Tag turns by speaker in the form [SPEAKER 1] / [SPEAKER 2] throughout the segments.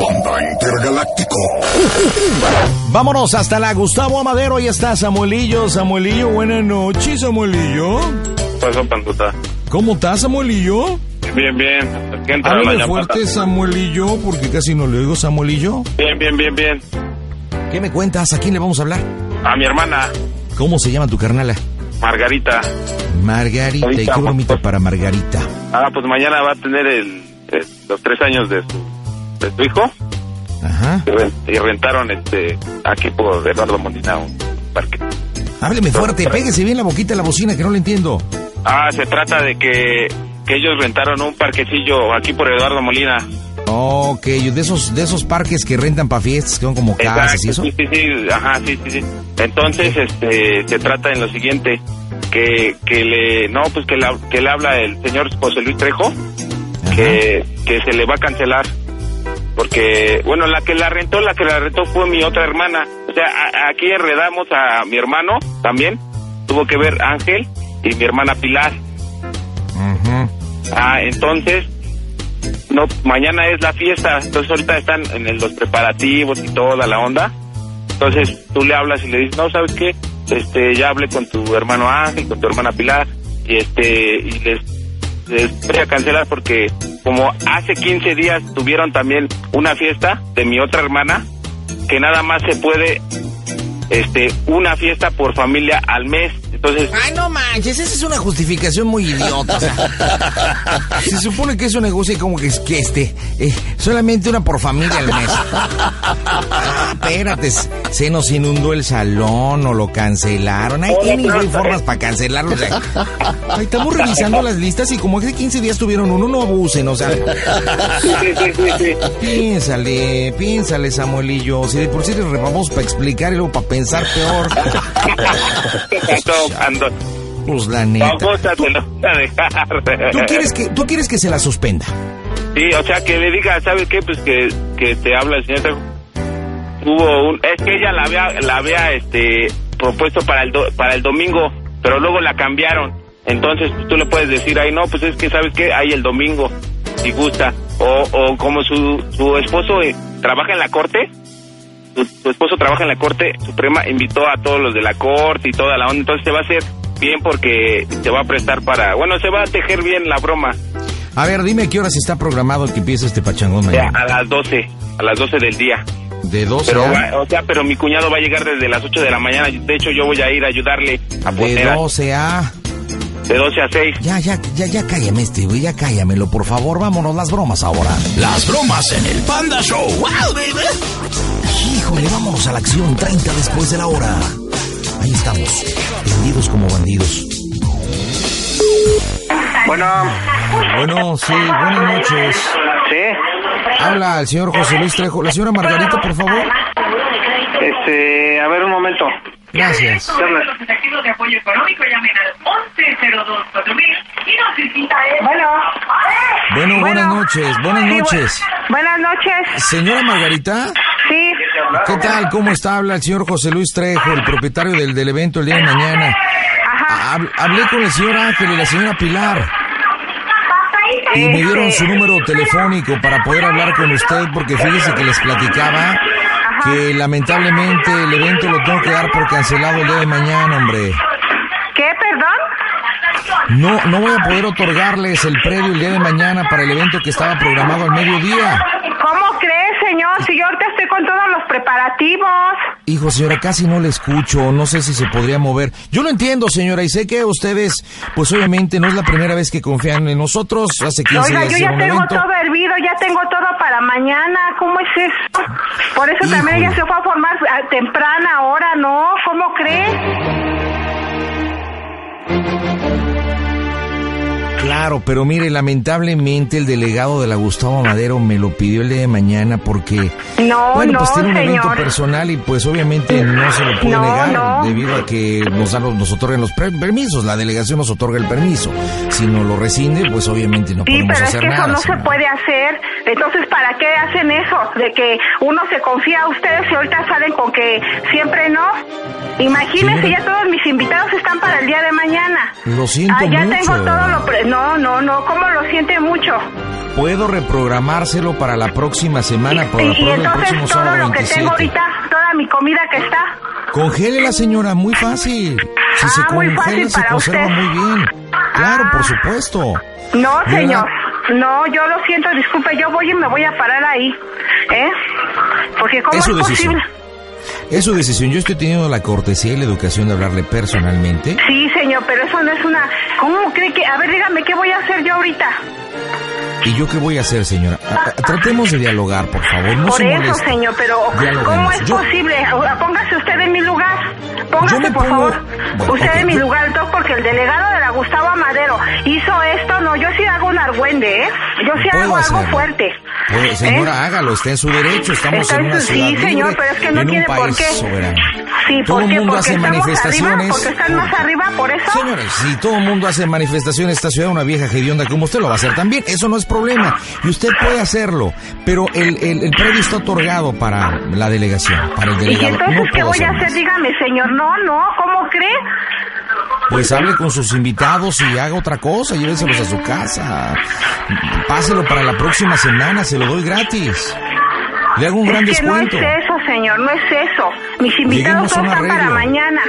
[SPEAKER 1] Panda Intergaláctico.
[SPEAKER 2] Vámonos hasta la Gustavo Amadero. Ahí está Samuelillo. Samuelillo, buenas noches, Samuelillo.
[SPEAKER 3] Pasó panduta.
[SPEAKER 2] ¿Cómo estás, Samuelillo?
[SPEAKER 3] Bien, bien. Aquí entra la
[SPEAKER 2] Háblame
[SPEAKER 3] llamada.
[SPEAKER 2] fuerte, Samuelillo, porque casi no le oigo, Samuelillo.
[SPEAKER 3] Bien, bien, bien, bien.
[SPEAKER 2] ¿Qué me cuentas? ¿A quién le vamos a hablar?
[SPEAKER 3] A mi hermana,
[SPEAKER 2] ¿Cómo se llama tu carnala?
[SPEAKER 3] Margarita.
[SPEAKER 2] Margarita. ¿Y qué bromita para Margarita?
[SPEAKER 3] Ah, pues mañana va a tener el, el- los tres años de su, de su hijo.
[SPEAKER 2] Ajá.
[SPEAKER 3] Y, ren- y rentaron este aquí por Eduardo Molina un parque.
[SPEAKER 2] Hábleme fuerte, pégese bien la boquita a la bocina, que no le entiendo.
[SPEAKER 3] Ah, se trata de que, que ellos rentaron un parquecillo aquí por Eduardo Molina.
[SPEAKER 2] Ok, de esos, de esos parques que rentan para fiestas, que son como casas y eso.
[SPEAKER 3] sí, sí, sí, ajá, sí, sí, sí. Entonces, este, se trata en lo siguiente, que, que le, no, pues que, la- que le habla el señor José Luis Trejo, que, que se le va a cancelar, porque, bueno, la que la rentó, la que la rentó fue mi otra hermana, o sea, a- aquí enredamos a mi hermano también, tuvo que ver Ángel y mi hermana Pilar. Ah, entonces, no, mañana es la fiesta, entonces ahorita están en el- los preparativos y toda la onda. Entonces tú le hablas y le dices, no, ¿sabes qué? Este, ya hablé con tu hermano Ángel, con tu hermana Pilar, y este, y les, les voy a cancelar porque como hace 15 días tuvieron también una fiesta de mi otra hermana, que nada más se puede, este, una fiesta por familia al mes. Entonces,
[SPEAKER 2] Ay, no manches, esa es una justificación muy idiota. o sea. se supone que es un negocio como que, es- que este, eh, solamente una por familia al mes. Ah, espérate, s- se nos inundó el salón o lo cancelaron. Ay,
[SPEAKER 3] Oye,
[SPEAKER 2] tienen
[SPEAKER 3] pero-
[SPEAKER 2] güey, formas para cancelarlo. o sea. Ay, estamos revisando las listas y como hace 15 días tuvieron uno, no abusen, o sea.
[SPEAKER 3] sí, sí, sí, sí.
[SPEAKER 2] Piénsale, piénsale, Samuelillo. Si de por sí le vamos para explicar y luego para pensar peor.
[SPEAKER 3] Exacto, ando-
[SPEAKER 2] Pues la neta.
[SPEAKER 3] Babosa, te lo voy a dejar.
[SPEAKER 2] ¿Tú quieres que, tú quieres que se la suspenda?
[SPEAKER 3] Sí, o sea, que le diga, ¿sabes qué? Pues que, que te habla el señor. Trejo. Hubo un... Es que ella la había, la había este, propuesto para el, do- para el domingo, pero luego la cambiaron. Entonces pues, tú le puedes decir, ay, no, pues es que, ¿sabes qué? Hay el domingo, si gusta. O, o como su, su esposo eh, trabaja en la corte, su, su esposo trabaja en la Corte Suprema, invitó a todos los de la Corte y toda la onda, entonces se va a hacer bien porque se va a prestar para, bueno, se va a tejer bien la broma.
[SPEAKER 2] A ver, dime a qué horas está programado que empiece este pachangón
[SPEAKER 3] O sea,
[SPEAKER 2] mañana.
[SPEAKER 3] a las 12, a las 12 del día.
[SPEAKER 2] De 12
[SPEAKER 3] Pero
[SPEAKER 2] a,
[SPEAKER 3] va- o sea, pero mi cuñado va a llegar desde las 8 de la mañana, de hecho yo voy a ir a ayudarle a
[SPEAKER 2] de
[SPEAKER 3] poner a-
[SPEAKER 2] 12 a.
[SPEAKER 3] de 12 a 6.
[SPEAKER 2] Ya, ya, ya, ya cállame este, güey, ya cállamelo, por favor, vámonos las bromas ahora.
[SPEAKER 1] Las bromas en el Panda Show. ¡Wow, baby!
[SPEAKER 2] Híjole, vámonos a la acción 30 después de la hora. Ahí estamos, vendidos como bandidos.
[SPEAKER 3] Bueno,
[SPEAKER 2] Bueno, sí, buenas noches.
[SPEAKER 3] sí,
[SPEAKER 2] Habla el señor José Luis Trejo. La señora Margarita, por favor.
[SPEAKER 3] este, a ver un momento.
[SPEAKER 2] Gracias.
[SPEAKER 4] Los efectivos de apoyo económico llamen al 11024000 y nos visita él.
[SPEAKER 5] Bueno.
[SPEAKER 2] Bueno, buenas noches, buenas
[SPEAKER 5] Sí, bu-
[SPEAKER 2] noches.
[SPEAKER 5] buenas noches.
[SPEAKER 2] Señora Margarita.
[SPEAKER 5] Sí.
[SPEAKER 2] ¿Qué tal? ¿Cómo está? Habla el señor José Luis Trejo, el propietario del, del evento el día de mañana.
[SPEAKER 5] Ajá.
[SPEAKER 2] Hab- hablé con el señor Ángel y la señora Pilar y me dieron su número telefónico para poder hablar con usted porque fíjese que les platicaba que lamentablemente el evento lo tengo que dar por cancelado el día de mañana, hombre.
[SPEAKER 5] ¿Qué, perdón?
[SPEAKER 2] No, no voy a poder otorgarles el predio el día de mañana para el evento que estaba programado al mediodía.
[SPEAKER 5] ¿Cómo crees, señor? Si yo ahorita estoy con todos los preparativos.
[SPEAKER 2] Hijo, señora, casi no le escucho, no sé si se podría mover. Yo lo entiendo, señora, y sé que ustedes, pues obviamente no es la primera vez que confían en nosotros. Hace 15
[SPEAKER 5] Oiga,
[SPEAKER 2] días
[SPEAKER 5] yo ya
[SPEAKER 2] hicieron un
[SPEAKER 5] tengo
[SPEAKER 2] evento.
[SPEAKER 5] todo hervido, ya tengo todo para mañana. ¿Cómo es eso? Por eso también
[SPEAKER 2] Híjole.
[SPEAKER 5] ella se fue a formar a temprana hora, ¿no? ¿Cómo crees?
[SPEAKER 2] Claro, pero mire, lamentablemente el delegado de la Gustavo Madero me lo pidió el día de mañana porque,
[SPEAKER 5] No,
[SPEAKER 2] bueno,
[SPEAKER 5] no,
[SPEAKER 2] pues tiene un evento
[SPEAKER 5] señor.
[SPEAKER 2] personal y pues obviamente no se lo puede
[SPEAKER 5] No,
[SPEAKER 2] negar
[SPEAKER 5] no.
[SPEAKER 2] debido a que nos, dan los- nos otorgan los pre- permisos, la delegación nos otorga el permiso. Si no lo rescinde, pues obviamente no
[SPEAKER 5] Sí,
[SPEAKER 2] podemos
[SPEAKER 5] pero es
[SPEAKER 2] hacer
[SPEAKER 5] que eso
[SPEAKER 2] nada.
[SPEAKER 5] no se
[SPEAKER 2] señora.
[SPEAKER 5] puede hacer. Entonces, ¿para qué hacen eso? De que uno se confía a ustedes y ahorita salen con que siempre no. Imagínense,
[SPEAKER 2] Señora-
[SPEAKER 5] ya todos mis invitados están para el día de mañana.
[SPEAKER 2] Lo siento
[SPEAKER 5] Ah, ya
[SPEAKER 2] mucho.
[SPEAKER 5] tengo todo lo... pre- No, no, no, ¿cómo lo siente mucho?
[SPEAKER 2] Puedo reprogramárselo para la próxima semana, para
[SPEAKER 5] y, y
[SPEAKER 2] el próximo
[SPEAKER 5] entonces todo
[SPEAKER 2] sábado
[SPEAKER 5] lo que
[SPEAKER 2] 27.
[SPEAKER 5] tengo ahorita, toda mi comida que está,
[SPEAKER 2] Congélela, señora, muy fácil. Si se
[SPEAKER 5] Ah, muy
[SPEAKER 2] congela,
[SPEAKER 5] fácil
[SPEAKER 2] se
[SPEAKER 5] para
[SPEAKER 2] conserva
[SPEAKER 5] usted. Ah.
[SPEAKER 2] muy bien. Claro, por supuesto.
[SPEAKER 5] No,
[SPEAKER 2] ¿Verdad?
[SPEAKER 5] señor. No, yo lo siento, disculpe, yo voy y me voy a parar ahí. ¿Eh? Porque ¿cómo
[SPEAKER 2] Es
[SPEAKER 5] es,
[SPEAKER 2] su decisión.
[SPEAKER 5] posible?
[SPEAKER 2] Es su decisión. Yo estoy teniendo la cortesía y la educación de hablarle personalmente.
[SPEAKER 5] Sí, señor, pero eso no es una... ¿Cómo cree que...? A ver, dígame, ¿qué voy a hacer yo ahorita?
[SPEAKER 2] ¿Y yo qué voy a hacer, señora? A- a- Tratemos de dialogar, por favor. No
[SPEAKER 5] Por
[SPEAKER 2] se
[SPEAKER 5] eso,
[SPEAKER 2] moleste.
[SPEAKER 5] señor, pero ¿cómo
[SPEAKER 2] Dialoguemos.
[SPEAKER 5] es
[SPEAKER 2] Yo-
[SPEAKER 5] posible? Ahora, Póngase usted en mi lugar.
[SPEAKER 2] Yo me
[SPEAKER 5] Póngase, por
[SPEAKER 2] pongo-
[SPEAKER 5] favor.
[SPEAKER 2] Bueno,
[SPEAKER 5] usted
[SPEAKER 2] ok,
[SPEAKER 5] en mi
[SPEAKER 2] yo-
[SPEAKER 5] lugar, Doc, porque el delegado de la Gustavo Amadero hizo esto. No, yo sí hago un argüende, ¿eh? Yo sí
[SPEAKER 2] Puedo
[SPEAKER 5] hago algo
[SPEAKER 2] hacerlo.
[SPEAKER 5] fuerte.
[SPEAKER 2] Pues, señora,
[SPEAKER 5] ¿eh?
[SPEAKER 2] hágalo, está en su derecho. Estamos
[SPEAKER 5] Está
[SPEAKER 2] en una
[SPEAKER 5] en su-
[SPEAKER 2] ciudad
[SPEAKER 5] sí,
[SPEAKER 2] libre,
[SPEAKER 5] señor, pero es que no
[SPEAKER 2] en un
[SPEAKER 5] tiene
[SPEAKER 2] país
[SPEAKER 5] por qué.
[SPEAKER 2] soberano.
[SPEAKER 5] Sí,
[SPEAKER 2] todo
[SPEAKER 5] ¿por
[SPEAKER 2] el
[SPEAKER 5] qué?
[SPEAKER 2] mundo
[SPEAKER 5] Porque
[SPEAKER 2] hace
[SPEAKER 5] estamos
[SPEAKER 2] manifestaciones.
[SPEAKER 5] arriba, porque están más arriba, por eso.
[SPEAKER 2] Señores, si todo el mundo hace manifestación en esta ciudad, una vieja hedionda como usted lo va a hacer también. Eso no es problema. Y usted puede hacerlo. Pero el, el, el predio está otorgado para la delegación, para el
[SPEAKER 5] ¿Y
[SPEAKER 2] delegado.
[SPEAKER 5] entonces
[SPEAKER 2] No
[SPEAKER 5] qué
[SPEAKER 2] puedo
[SPEAKER 5] voy a
[SPEAKER 2] más.
[SPEAKER 5] hacer? Dígame, señor. No, no, ¿cómo cree?
[SPEAKER 2] Pues hable con sus invitados y haga otra cosa. Llévenselos a su casa. Páselo para la próxima semana. Se lo doy gratis. Le hago un gran
[SPEAKER 5] es que
[SPEAKER 2] descuento.
[SPEAKER 5] no es eso, señor, no es eso. Mis
[SPEAKER 2] Lleguemos
[SPEAKER 5] invitados
[SPEAKER 2] a
[SPEAKER 5] todos
[SPEAKER 2] un
[SPEAKER 5] están para
[SPEAKER 2] arreglo.
[SPEAKER 5] mañana.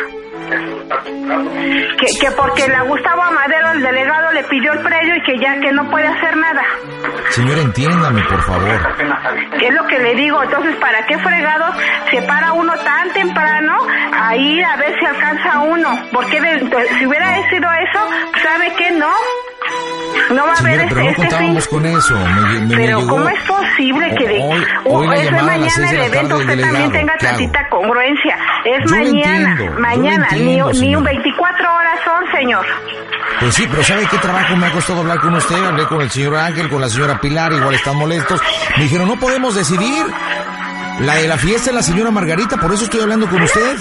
[SPEAKER 5] Que, que porque la Gustavo Amadero, el delegado, le pidió el predio y que ya que no puede hacer nada.
[SPEAKER 2] Señora, entiéndame, por favor.
[SPEAKER 5] Que es lo que le digo. Entonces, ¿para qué fregados se para uno tan temprano a ir a ver si alcanza uno? Porque de- de- si hubiera sido eso, ¿sabe qué no? No va a haber
[SPEAKER 2] Señora,
[SPEAKER 5] este,
[SPEAKER 2] pero no
[SPEAKER 5] este fin.
[SPEAKER 2] contábamos con eso. Me, me- me
[SPEAKER 5] Pero
[SPEAKER 2] llegó-
[SPEAKER 5] ¿cómo es posible que de
[SPEAKER 2] Hoy,
[SPEAKER 5] Oh,
[SPEAKER 2] hoy la
[SPEAKER 5] eso es
[SPEAKER 2] llamada a las
[SPEAKER 5] mañana
[SPEAKER 2] seis
[SPEAKER 5] el
[SPEAKER 2] de la
[SPEAKER 5] evento
[SPEAKER 2] tarde del
[SPEAKER 5] usted
[SPEAKER 2] delegado.
[SPEAKER 5] también tenga
[SPEAKER 2] ¿Qué hago?
[SPEAKER 5] tantita congruencia? Es
[SPEAKER 2] Yo lo
[SPEAKER 5] mañana,
[SPEAKER 2] entiendo, yo lo
[SPEAKER 5] mañana,
[SPEAKER 2] entiendo,
[SPEAKER 5] ni, ni un
[SPEAKER 2] señora.
[SPEAKER 5] 24 horas son, señor.
[SPEAKER 2] Pues sí, pero ¿sabe qué trabajo me ha costado hablar con usted? Hablé con el señor Ángel, con la señora Pilar, igual están molestos. Me dijeron, no podemos decidir. La de la fiesta es la señora Margarita, por eso estoy hablando con usted.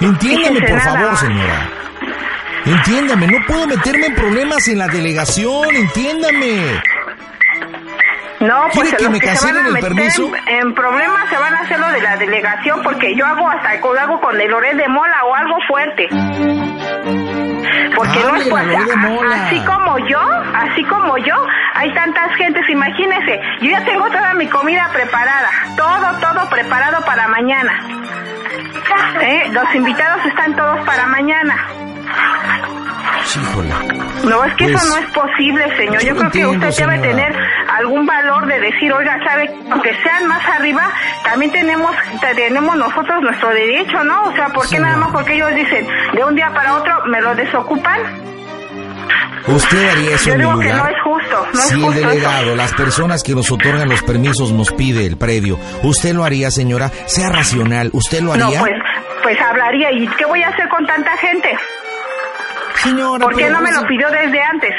[SPEAKER 2] Entiéndame,
[SPEAKER 5] Fíjese
[SPEAKER 2] por
[SPEAKER 5] nada
[SPEAKER 2] favor,
[SPEAKER 5] más.
[SPEAKER 2] señora. Entiéndame, no puedo meterme en problemas en la delegación, entiéndame.
[SPEAKER 5] No,
[SPEAKER 2] ¿Quiere
[SPEAKER 5] pues
[SPEAKER 2] que
[SPEAKER 5] los
[SPEAKER 2] me
[SPEAKER 5] que se van
[SPEAKER 2] cancelen
[SPEAKER 5] a
[SPEAKER 2] el
[SPEAKER 5] meter
[SPEAKER 2] permiso?
[SPEAKER 5] En, en problemas se van a hacer lo de la delegación porque yo hago hasta con- hago con el oré de mola o algo fuerte. Porque no
[SPEAKER 2] Hable
[SPEAKER 5] es
[SPEAKER 2] del
[SPEAKER 5] pues,
[SPEAKER 2] oré de
[SPEAKER 5] a-
[SPEAKER 2] mola.
[SPEAKER 5] así como yo, así como yo, hay tantas gentes, imagínense, yo ya tengo toda mi comida preparada, todo, todo preparado para mañana. ¿Eh? Los invitados están todos para mañana.
[SPEAKER 2] Híjole.
[SPEAKER 5] No, es que
[SPEAKER 2] Pues,
[SPEAKER 5] eso no es posible, señor.
[SPEAKER 2] yo
[SPEAKER 5] Yo,
[SPEAKER 2] lo
[SPEAKER 5] creo
[SPEAKER 2] entiendo,
[SPEAKER 5] que usted debe
[SPEAKER 2] señora.
[SPEAKER 5] tener algún valor de decir, oiga, sabe, aunque sean más arriba, también tenemos tenemos nosotros nuestro derecho, ¿no? O sea, ¿por qué
[SPEAKER 2] Señora.
[SPEAKER 5] nada más porque ellos dicen, de un día para otro me lo desocupan?
[SPEAKER 2] ¿Usted haría eso
[SPEAKER 5] Yo
[SPEAKER 2] en mi
[SPEAKER 5] digo que
[SPEAKER 2] lugar?
[SPEAKER 5] no es justo, no es
[SPEAKER 2] si el
[SPEAKER 5] justo
[SPEAKER 2] delegado, las personas que nos otorgan los permisos nos pide el predio, ¿usted lo haría, señora? Sea racional, ¿usted lo
[SPEAKER 5] No,
[SPEAKER 2] haría?
[SPEAKER 5] pues, pues hablaría. ¿Y qué voy a hacer con tanta gente?
[SPEAKER 2] señora,
[SPEAKER 5] ¿Por qué
[SPEAKER 2] pero
[SPEAKER 5] no me
[SPEAKER 2] pues,
[SPEAKER 5] lo pidió desde antes?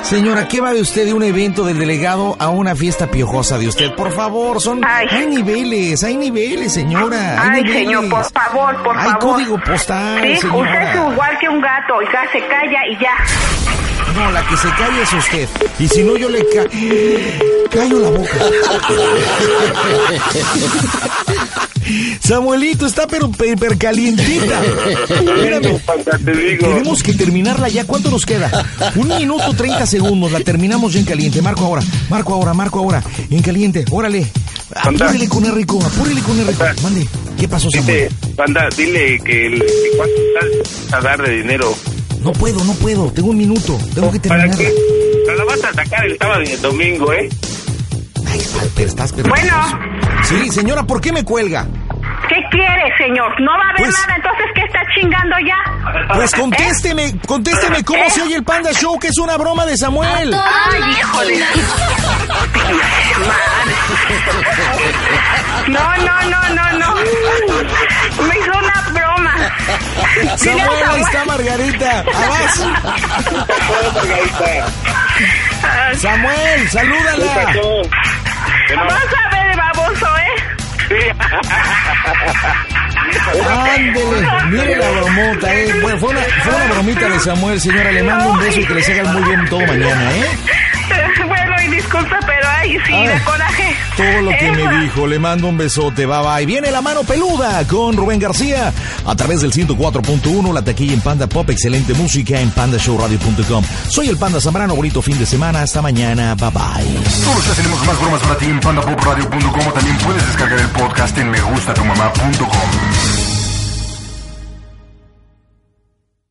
[SPEAKER 2] Señora, ¿qué va de usted de un evento del delegado a una fiesta piojosa de usted? Por favor, son
[SPEAKER 5] Ay.
[SPEAKER 2] hay niveles, hay niveles, señora. hay
[SPEAKER 5] Ay,
[SPEAKER 2] niveles.
[SPEAKER 5] señor, por favor, por
[SPEAKER 2] Hay
[SPEAKER 5] favor.
[SPEAKER 2] código postal,
[SPEAKER 5] Sí, usted
[SPEAKER 2] señora.
[SPEAKER 5] es igual que un gato, oiga, se calla y ya.
[SPEAKER 2] No, la que se calla es usted. Y si no, yo le ca... callo la boca. Samuelito está pero percalientita. Espérame.
[SPEAKER 3] Te digo.
[SPEAKER 2] Tenemos que terminarla ya. ¿Cuánto nos queda? Un minuto, 30 segundos. La terminamos ya en caliente. Marco ahora. Marco ahora. Marco ahora. En caliente. Órale. Apúrele con el rico. Apúrele con el rico. Mande. ¿Qué pasó,
[SPEAKER 3] Dice,
[SPEAKER 2] Samuel?
[SPEAKER 3] banda, dile que el, que cuánto vas a dar de dinero.
[SPEAKER 2] No puedo, no puedo. Tengo un minuto. Tengo que
[SPEAKER 3] ¿Para
[SPEAKER 2] terminarla.
[SPEAKER 3] qué? Te la vas a sacar el sábado y el domingo, ¿eh?
[SPEAKER 2] Ay, pero estás pero-
[SPEAKER 5] Bueno.
[SPEAKER 2] Pues, Sí, señora, ¿por qué me cuelga?
[SPEAKER 5] ¿Qué quiere, señor? No va a haber
[SPEAKER 2] Pues-
[SPEAKER 5] nada, entonces ¿qué está chingando ya?
[SPEAKER 2] Pues contésteme,
[SPEAKER 5] ¿Eh?
[SPEAKER 2] contésteme cómo se oye el Panda Show, que es una broma de Samuel.
[SPEAKER 5] Ay, híjole. No, no, no, no, no. Me hizo una broma. Dile a
[SPEAKER 2] Samuel, ahí
[SPEAKER 5] Samuel-
[SPEAKER 2] está Margarita. Abrazo. Samuel, salúdala. Ah,
[SPEAKER 5] Vas a ver, baboso, ¿eh?
[SPEAKER 2] Ándele, mire la bromota, eh. Bueno, fue una, fue una bromita de Samuel, señora. Le mando un beso y que les hagan muy bien todo mañana, eh.
[SPEAKER 5] Bueno, y disculpa, pero ay, sí,
[SPEAKER 2] Ay.
[SPEAKER 5] de coraje.
[SPEAKER 2] todo lo que
[SPEAKER 5] Eva.
[SPEAKER 2] me dijo. Le mando un besote. Bye bye. Viene la mano peluda con Rubén García a través del 104.1, la taquilla en Panda Pop. Excelente música en pandashowradio.com. Soy el Panda Zambrano. Bonito fin de semana. Hasta mañana. Bye bye.
[SPEAKER 6] Todos los días tenemos más bromas para ti en pandapopradio.com o también puedes descargar el podcast en megustatuMamá.com.